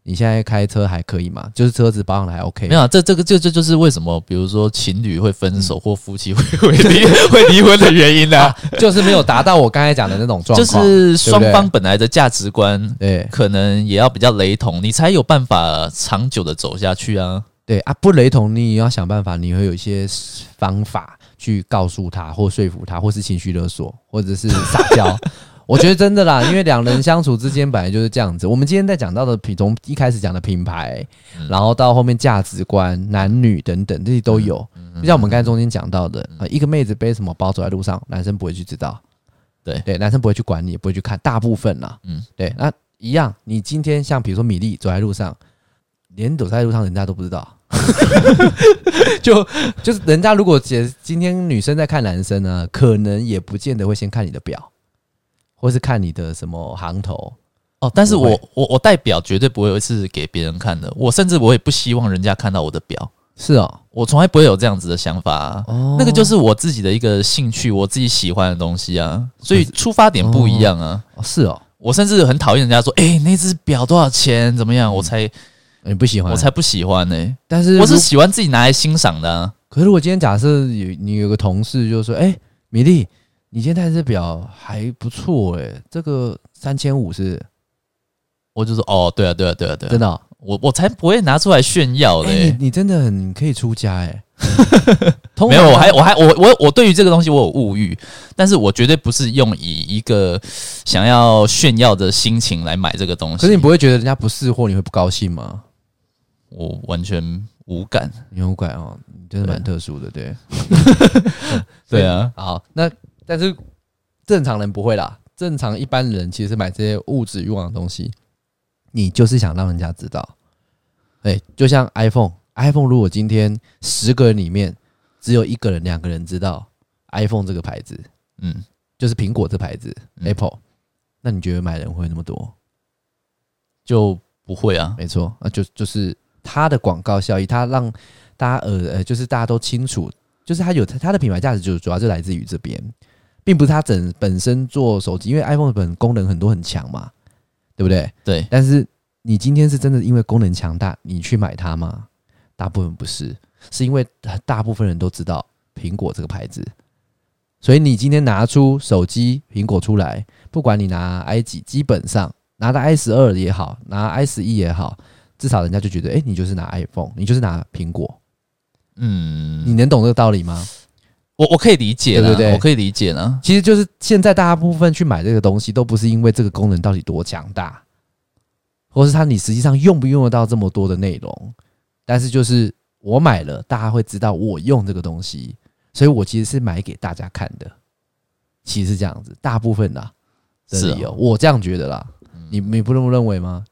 你现在开车还可以嘛，就是车子保养的还 OK，
没有啊，这这个这这就是为什么，比如说情侣会分
嗯
手或夫妻会会离会离婚的原因啦、
啊，就是没有达到我刚才讲的那种 状
就
况，
是双
对不
方
对
本来的价值观
对
可能也要比较雷同，你才有办法长久的走下去啊。
对啊，不雷同，你也要想办法，你会有一些方法去告诉他，或说服他，或是情绪勒索，或者是撒娇。我觉得真的啦，因为两人相处之间本来就是这样子。我们今天在讲到的品，从一开始讲的品牌，然后到后面价值观、男女等等这些都有。就像我们刚才中间讲到的，呃，一个妹子背什么包走在路上，男生不会去知道，
对
对，男生不会去管你，也不会去看，大部分啦，
嗯
嗯，对。那一样，你今天像比如说米粒走在路上，连走在路上人家都不知道，就就是人家如果姐今天女生在看男生呢，可能也不见得会先看你的表，或是看你的什么行头，
哦，但是
不会
我我我戴表绝对不会是给别人看的，我甚至我也不希望人家看到我的表，
是哦，
我从来不会有这样子的想法、啊。
哦
那个就是我自己的一个兴趣，我自己喜欢的东西啊，所以出发点不一样啊。
哦是哦，
我甚至很讨厌人家说：“哎、那只表多少钱？怎么样？”我才
哦你不喜欢，
我才不喜欢呢、
但哎是
我是
如
喜欢自己拿来欣赏的、啊。
可是我今天假设有你有个同事就说，哎、米粒，你今天戴这表还不错哎、这个三千五是
我就说：“哦，对啊，对啊，对啊，对啊。
真的哦、
我我才不会拿出来炫耀嘞、
哎、你你真的很可以出 家哎、通
没
常
有，我还我还我我我对于这个东西我有物欲，但是我绝对不是用以一个想要炫耀的心情来买这个东西。
可是你不会觉得人家不识货，你会不高兴吗？
我完全无感。
你很怪哦，你真的蛮特殊的，对。
对啊，
好，那但是正常人不会啦，正常一般人其实买这些物质欲望的东西，你就是想让人家知道。对，就像 iPhone，iPhone 如果今天十个人里面只有一个人、两个人知道 iPhone 这个牌子，
嗯，
就是苹果这牌子、
嗯
Apple，那你觉得买人会那么多？
就不会啊。
没错，那就就是它的广告效益，它让大家呃呃，就是大家都清楚，就是它有它的品牌价值，就主要就来自于这边，并不是它整本身做手机，因为 iPhone 本功能很多很强嘛，对不对？
对，
但是你今天是真的因为功能强大，你去买它吗？大部分不是，是因为大部分人都知道苹果这个牌子，所以你今天拿出手机苹果出来，不管你拿 i 几，基本上拿到 i 十二也好，拿 i 十一也好，至少人家就觉得，哎、你就是拿 iPhone，你就是拿苹果，你
嗯，
能懂这个道理吗？
我我可以理解啦，
对对对
我可以理解呢。
其实就是现在大部分去买这个东西，都不是因为这个功能到底多强大，或是它你实际上用不用得到这么多的内容，但是就是我买了，大家会知道我用这个东西，所以我其实是买给大家看的，其实是这样子，大部分啦的
是啊嗯
理由，我这样觉得啦，你你不这么认为吗？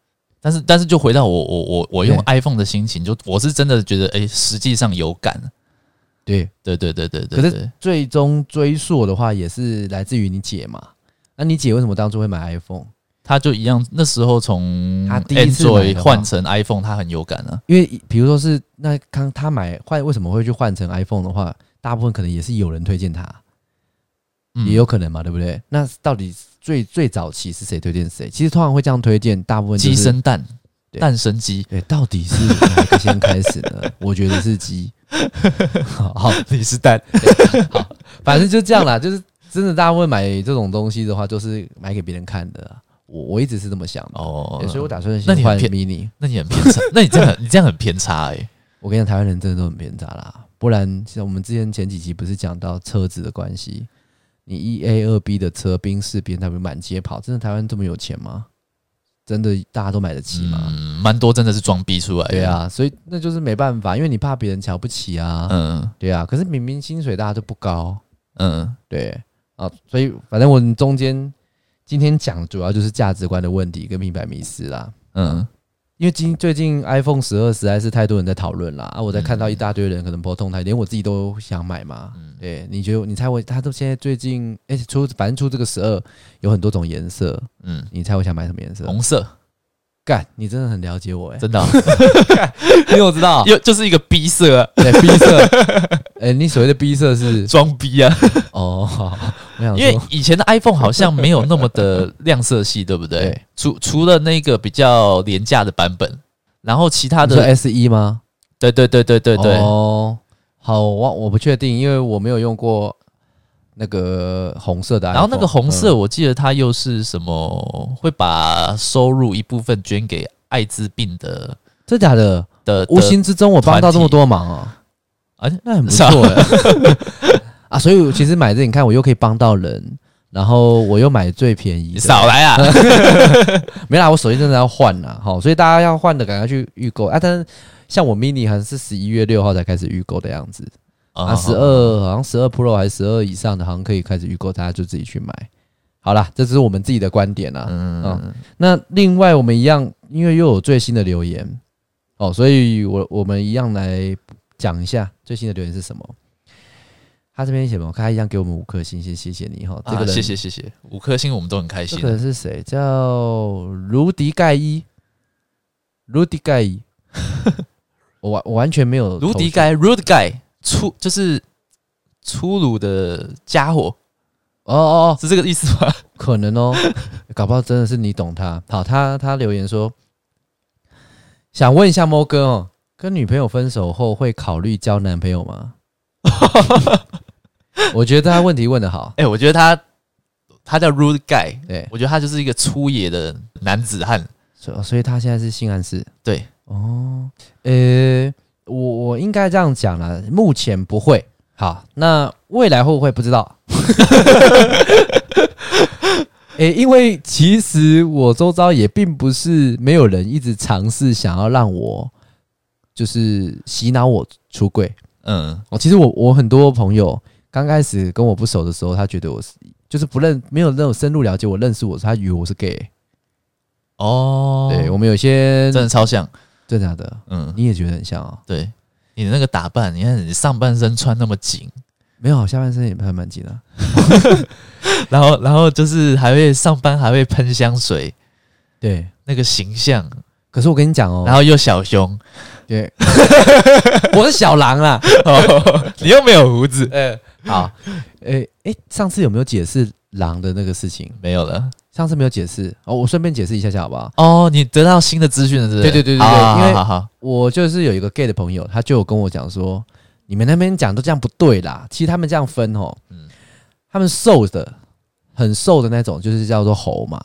但是但是就回到我我我我用
对
iPhone 的心情，就我是真的觉得，哎、实际上有感。
对，
对对对对对
可
对
是最终追溯的话，也是来自于你姐嘛。那、你姐为什么当初会买 iPhone？
他就一样，那时候从
他第一次
Android
买的
换成 iPhone，他很有感啊。
因为比如说是那刚他买换为什么会去换成 iPhone 的话，大部分可能也是有人推荐他，
嗯
也有可能嘛，对不对？那到底最最早期是谁推荐谁？其实通常会这样推荐，大部分就
鸡
是
生蛋，
对
蛋生鸡，
对，到底是哪个先开始 呢？我觉得是鸡。好， 好
你是蛋。
反正就这样啦，就是真的，大家会买这种东西的话，就是买给别人看的啊。我我一直是这么想的，
哦
对，所以我打算
那
先
你很
换
偏
mini。
那你很偏 差，那你这样很你这样很偏差哎、
我跟你讲，台湾人真的都很偏差啦。不然，像我们之前前几集不是讲到车子的关系，你一 A 二 B 的车，宾士、B M W 满街跑，真的台湾这么有钱吗？真的大家都买得起吗？
嗯，蛮多真的是装逼出来的。
对，啊，所以那就是没办法，因为你怕别人瞧不起啊。
嗯
对啊，可是明明薪水大家都不高，
嗯，
对啊，所以反正我们中间今天讲的主要就是价值观的问题跟品牌迷失啦。
嗯，
因为今最近 iPhone 十二实在是太多人在讨论啦，啊，我在
嗯
看到一大堆人可能不动态，连我自己都想买嘛。
嗯
对，你觉得你猜我，他都现在最近，哎、出反正出这个十二有很多种颜色，
嗯，
你猜我想买什么颜色？
红色，
干，你真的很了解我哎、
真 的哦、
因为我知道，
又就是一个逼色、啊，
对 B 色，哎、你所谓的 B 色是
装逼啊。
哦，好我 想
因为
说，
以前的 iPhone 好像没有那么的亮色系，对不对？
对
除除了那个比较廉价的版本，然后其他
你说
的，
S 一吗？
对对对对对对，
哦，好，我我不确定，因为我没有用过那个红色的 iPhone，
然后那个红
嗯
色，我记得它又是什么，会把收入一部分捐给艾滋病的
真假的？
的
无
的
形之中我帮到这么多忙哦，
团体
那很不 错哎啊！所以我其实买这，你看我又可以帮到人，然后我又买最便宜
你
的，
少来啊！
没啦，我手机真的要换啦，好，所以大家要换的赶快去预购啊！但是像我 mini 好像是十一月六号才开始预购的样子，
哦
啊，十二好像十二 Pro 还是十二以上的，好像可以开始预购，大家就自己去买。好啦，这只是我们自己的观点啦。
嗯，
那另外我们一样，因为又有最新的留言哦，所以我我们一样来讲一下最新的留言是什么。他这边写什么？他一样给我们五颗星星，谢谢你哈、这
啊
个人、
谢谢谢谢，五颗星我们都很开
这
心
个。人是谁？叫卢迪盖伊，卢迪 盖伊。我完我完全没有
卢迪
头绪
盖 （Rude Guy） 粗就是粗鲁的家伙，
哦哦哦，
是这个意思吗？
可能哦， 搞不好真的是你懂他。好，他他留言说，想问一下猫哥哦，跟女朋友分手后会考虑交男朋友吗？我觉得他问题问的好，
哎、我觉得他他叫 Rude Guy，
对，
我觉得他就是一个粗野的男子汉。
所所以他现在是性暗示，
对，
哦，呃，我我应该这样讲了，目前不会。好，那未来会不会不知道？ 诶、因为其实我周遭也并不是没有人一直尝试想要让我，就是洗脑我出柜。
嗯，
哦，其实我我很多朋友刚开始跟我不熟的时候，他觉得我是就是不认没有那种深入了解我认识我，他以为我是 gay、
哦，
对我们有些
真的超像，
真的假的，
嗯，
你也觉得很像哦？
对，你的那个打扮，你看你上半身穿那么紧，
没有，下半身也还蛮紧啊的。
然后然后就是还会上班还会喷香水，
对，
那个形象，
可是我跟你讲哦，
然后又小胸，
对，我是小狼啊 啦。
哦、 你又没有胡 子，
呃，好，诶、诶、上次有没有解释狼的那个事情？
没有了。
上次没有解释哦，我顺便解释一下下好不好？
哦，你得到新的资讯了，是不是？
对对对对对
好好
因为
好好好
我就是有一个 gay 的朋友，他就有跟我讲说，你们那边讲都这样不对啦。其实他们这样分哦，
嗯
他们瘦的很瘦的那种，就是叫做猴嘛。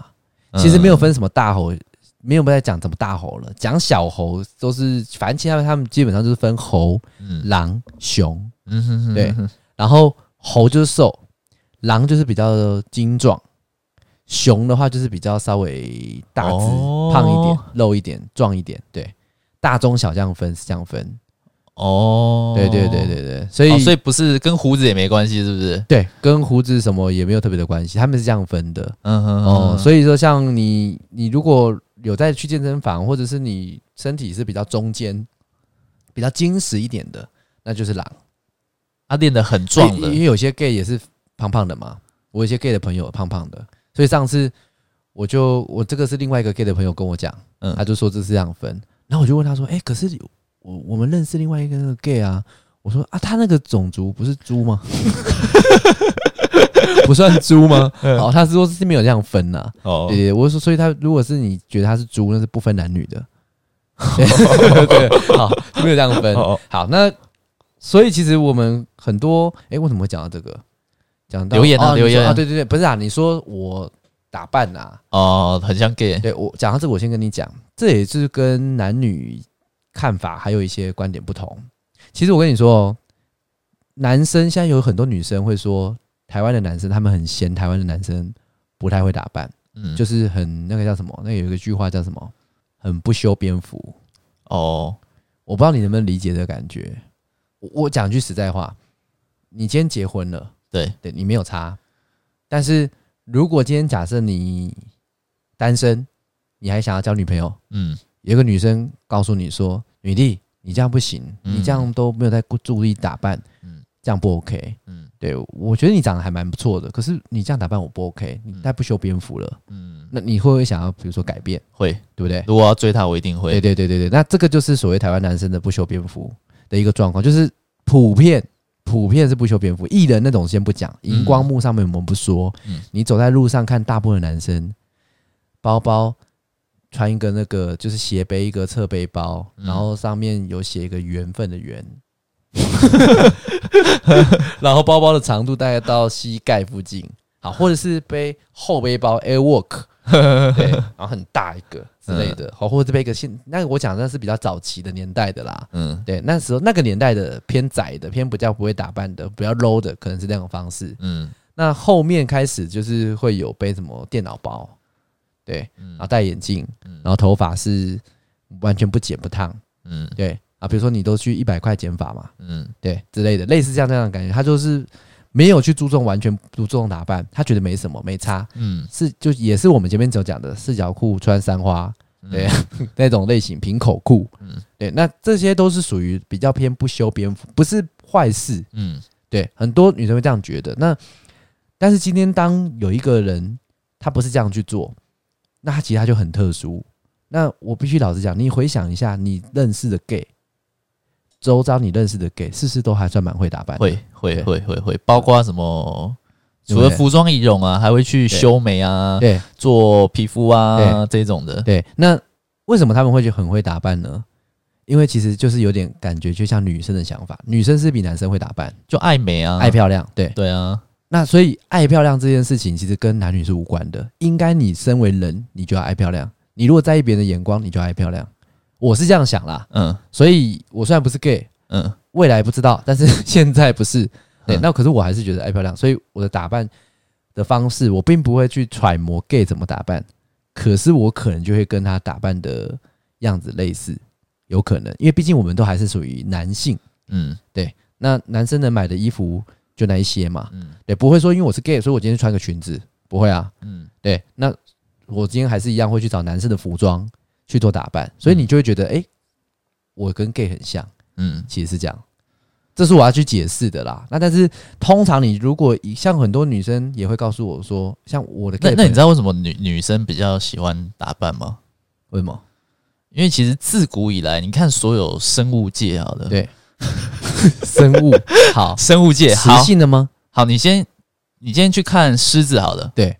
其实没有分什么大猴，没有在讲怎么大猴了，讲小猴都是，反正其他他们基本上就是分猴、
嗯
狼、熊，
嗯哼哼
对
哼
然后猴就是瘦，狼就是比较精壮，熊的话就是比较稍微大只、
哦
胖一点、肉一点、壮一点，对，大中小这样分是这样分，
哦，
对对对对对，
所
所以、
以、所以不是跟胡子也没关系，是不是？
对跟胡子什么也没有特别的关系，他们是这样分的，
嗯哼
哦，
以
所以说像你，你如果有在去健身房，或者是你身体是比较中间、比较精实一点的，那就是狼。
他练得很壮的
因，为有些 gay 也是胖胖的嘛，我有些 gay 的朋友胖胖的，所以上次我就我这个是另外一个 gay 的朋友跟我讲，
嗯
他就说这是这样分，然后我就问他说，哎、可是我我们认识另外一个那个 gay 啊，我说啊，他那个种族不是 猪吗？不算猪吗？哦，他是说是没有这样分呐、
嗯哦
对对，我是说，所以他如果是你觉得他是猪，那是不分男女 的。对，对好，没有这样分。
哦
好，那所以其实我们很多，哎、为什么会讲到这个？讲到
留言啊
哦你说
留言
啊，对对对，不是啊，你说我打扮啊，
哦，很像 gay，
对我讲到这个，我先跟你讲，这也是跟男女看法还有一些观点不同。其实我跟你说哦，男生现在有很多女生会说，台湾的男生他们很嫌台湾的男生不太会打扮。
嗯，就
就是很那个叫什么？那有一个句话叫什么？很不修边幅。
哦，
我不知道你能不能理解这个感觉。我我讲句实在话，你今天结婚了，
对，
对你没有差，但是如果今天假设你单身，你还想要交女朋友，
嗯，
有一个女生告诉你说：“女弟，你这样不行，
嗯
你这样都没有在注意打扮，
嗯
这样不 OK。”
嗯
对，我觉得你长得还蛮不错的，可是你这样打扮我不 OK，你太不修边幅了。
嗯，
那你会不会想要，比如说改变，
会，
对不对？
如果要追他，我一定会
对，对对对对，那这个就是所谓台湾男生的不修边幅的一个状况，就是普遍普遍是不修边幅。艺人那种先不讲，荧光幕上面我们不说，
嗯
你走在路上看大部分男生，包包穿一个那个就是斜背一个侧背包，
嗯
然后上面有写一个缘分的缘。 然后包包的长度大概到膝盖附近，好，啊或者是背后背包 Airwalk，对，然后很大一个之类
嗯
的，好，或者是背一个现，那我讲的是比较早期的年代的啦，
嗯
对，那时候那个年代的偏窄的、偏比较不会打扮的、比较 low 的，可能是那种方式。
嗯
那后面开始就是会有背什么电脑包，对，
嗯
然后戴眼镜，
嗯
然后头发是完全不剪不烫，
嗯
对啊，比如说你都去一百块剪发嘛，
嗯
对之类的，类似这样这样的感觉，他就是没有去注重完全不注重打扮，他觉得没什么没差，
嗯，
是就也是我们前面所讲的四角裤穿三花，对、啊那种类型平口裤，
嗯
对，那这些都是属于比较偏不修边幅，不是坏事，
嗯
对，很多女生会这样觉得。那但是今天当有一个人他不是这样去做，那他其实他就很特殊。那我必须老实讲，你回想一下，你认识的 gay，周遭你认识的 gay，事事都还算蛮会打扮的，
会会
对
会会会，包括什么？
对
除
不对
了服装仪容啊，还会去
对
修眉啊，
对
做皮肤啊这种的。
对。那为什么他们会觉得很会打扮呢？因为其实就是有点感觉，就像女生的想法，女生是比男生会打扮，
就爱美啊，
爱漂亮，对。
对啊，
那所以爱漂亮这件事情其实跟男女是无关的，应该你身为人，你就要爱漂亮。你如果在意别人的眼光，你就要爱漂亮。我是这样想啦，
嗯
所以我虽然不是 gay，
嗯，
未来不知道， 但是现在不是。对，
嗯
那可是我还是觉得爱哎漂亮，所以我的打扮的方式，我并不会去揣摩 gay 怎么打扮，可是我可能就会跟他打扮的样子类似，有可能，因为毕竟我们都还是属于男性，
嗯
那男生能买的衣服就那一些嘛，
嗯
对，不会说因为我是 gay，所以我今天穿个裙子，不会啊，
嗯
对，那我今天还是一样会去找男生的服装去做打扮，所以你就会觉得，哎、我跟 gay 很像。
嗯
其实是这样，这是我要去解释的啦。那但是通常你如果以像很多女生也会告诉我说，像我的 gay
那那你知
道
道为什么女女生比较喜欢打扮吗？
为什么？
因为其实自古以来，你看所有生物界好了，
对，生物 好，
生物界
雌
好
性的吗？
好，你先你今天去看狮子好了，
对，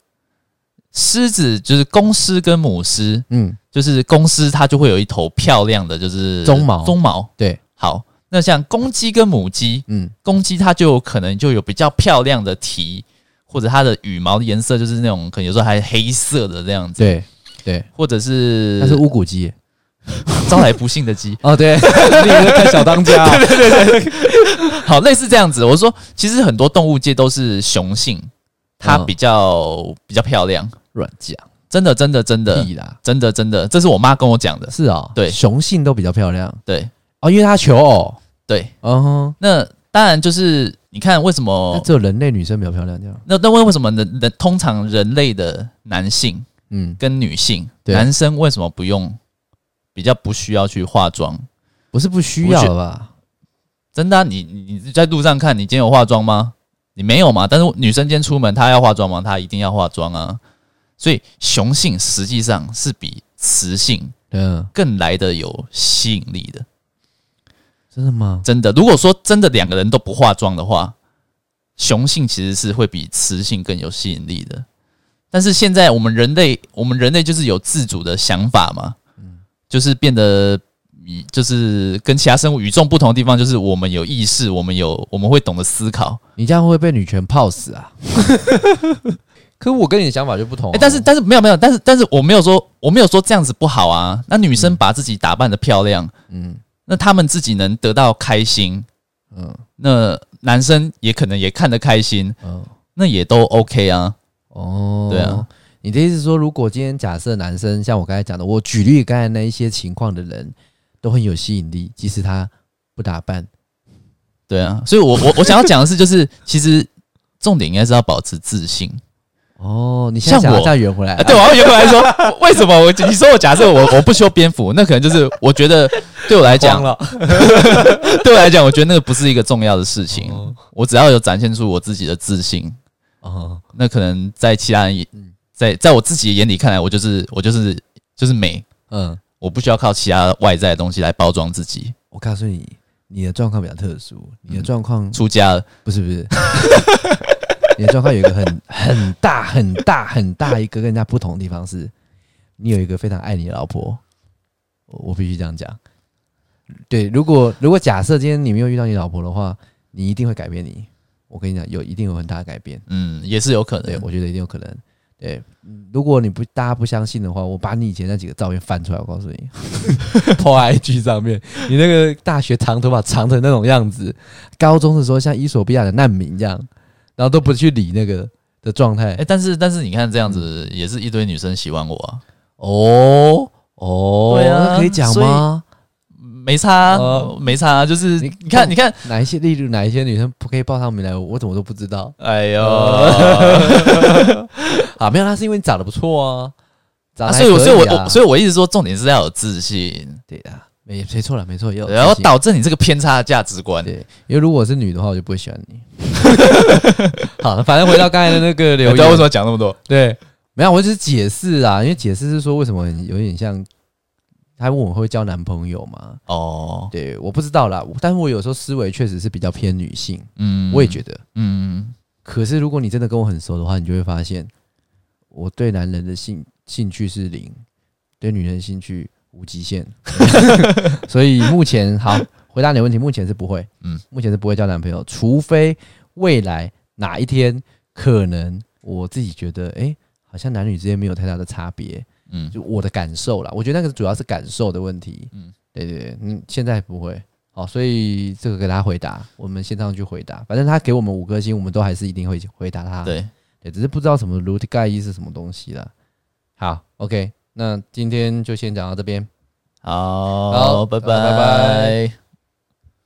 狮子就是公狮跟母狮，
嗯，
就是公狮它就会有一头漂亮的，就是
鬃毛
鬃毛
对，
好，那像公鸡跟母鸡，
嗯
公鸡它就有可能就有比较漂亮的蹄，或者它的羽毛的颜色就是那种可能有时候还黑色的这样子，
对对，
或者是
那是乌骨鸡耶
招来不幸的
。
鸡
哦，对，你以为在看小当家哦、
好，类似这样子。我说，其实很多动物界都是雄性，它
嗯
比较、比较漂亮，
软讲
真的，真的，真的，
屁啦，
真的，真的，这是我妈跟我讲的。
是哦，
对
雄性都比较漂亮
对，
哦，因为它求偶，
对。
嗯哼，
那当然就是你看为什
那
么？
只有人类女生比较漂亮这样，
那那为为什么人人通常人类的男性
嗯，
跟女性，
对
男生为什么不用比较不需要去化妆？
不是不需
我觉
要吧？
真的啊、你你你在路上看，你今天有化妆吗？你没有嘛？但是女生今天出门，她要化妆吗？她一定要化妆啊！所以雄性实际上是比雌性
嗯，
更来的有吸引力的，
真的吗？
真的。如果说真的两个人都不化妆的话，雄性其实是会比雌性更有吸引力的。但是现在我们人类，我们人类就是有自主的想法嘛，就是变得以就是跟其他生物与众不同的地方，就是我们有意识，我们有我们会懂得思考。
你这样会不会被女权泡死啊？ 可我跟你的想法就不同啊、
哎、但是但是没有没有，但是但是我没有说我没有说这样子不好啊。那女生把自己打扮的漂亮，
嗯
那她们自己能得到开心，
嗯
那男生也可能也看得开心，
嗯
那也都 OK 啊。
哦，
对啊。
你的意思是说，如果今天假设男生像我刚才讲的，我举例刚才那一些情况的人都很有吸引力，即使他不打扮，
对啊，所以我我我想要讲的是，就是其实重点应该是要保持自信。
哦，你现在
像
想要
我
再圆回来、
啊、对，我要原本来说，为什么我你说我假设我我不修边幅，那可能就是我觉得对我来讲
慌，了，
对我来讲，我觉得那个不是一个重要的事情。
哦
我只要有展现出我自己的自信，
哦，
那可能在其他人眼
嗯，
在在我自己的眼里看来，我就是我就是就是美，
嗯，
我不需要靠其他外在的东西来包装自己。
我告诉你，你的状况比较特殊，你的状况、
出家了，
不是不 是，你的状况有一个很很大很大很大一个跟人家不同的地方是，你有一个非常爱你的老婆，我我必须这样讲。对，如果如果假设今天你没有遇到你老婆的话，你一定会改变你。我跟你讲，有一定有很大的改变。
嗯，也是有可
对，
能。
我觉得一定有可能。对，嗯如果你不大家不相信的话，我把你以前那几个照片翻出来，我告诉你 ，po IG 上面，你那个大学长头发长成那种样子，高中的时候像伊索比亚的难民这样，然后都不去理那个的状态
哎、。但是但是你看这样子，
嗯
也是一堆女生喜欢我啊，
哦哦，
对啊
那可以讲吗？
没差啊、
哦
没差啊，就是
你哦
你看你看，
哪一些，例如哪一些女生不可以报上名来，我怎么都不知道
哎呦，
哦啊？没有，那是因为你长得不错啊，长
啊
得 还
所以我
可
所以我
啊
我所以我一直说重点是要有自信，
对啊，没没错了，没错，有啊
然后
自信
导致你这个偏差的价值观。
对，因为如果我是女的话，我就不会喜欢你。 好，反正回到刚才的那个留
你
言，
知道哎为什么讲那么多？
对，没有，我只是解释啊，因为解释是说为什么有点像，他问我会不会交男朋友嘛？
哦，
对，我不知道啦，我但是我有时候思维确实是比较偏女性，
嗯
我也觉得。
嗯，
可是如果你真的跟我很熟的话，你就会发现我对男人的兴兴趣是零，对女人的兴趣无极限。 所以目前好回答你的问题，目前是不会，嗯
嗯，
目前是不会交男朋友，除非未来哪一天可能我自己觉得，哎、好像男女之间没有太大的差别，
嗯，
就我的感受啦，我觉得那个主要是感受的问题。嗯
嗯，
对对对，嗯，现在不会。好，所以这个给大家回答，我们线上去回答，反正他给我们五颗星，我们都还是一定会回答他。
嗯对，
对，只是不知道什么 root guy 是什么东西啦。好，OK，那今天就先讲到这边。
好，
好
拜
拜拜
拜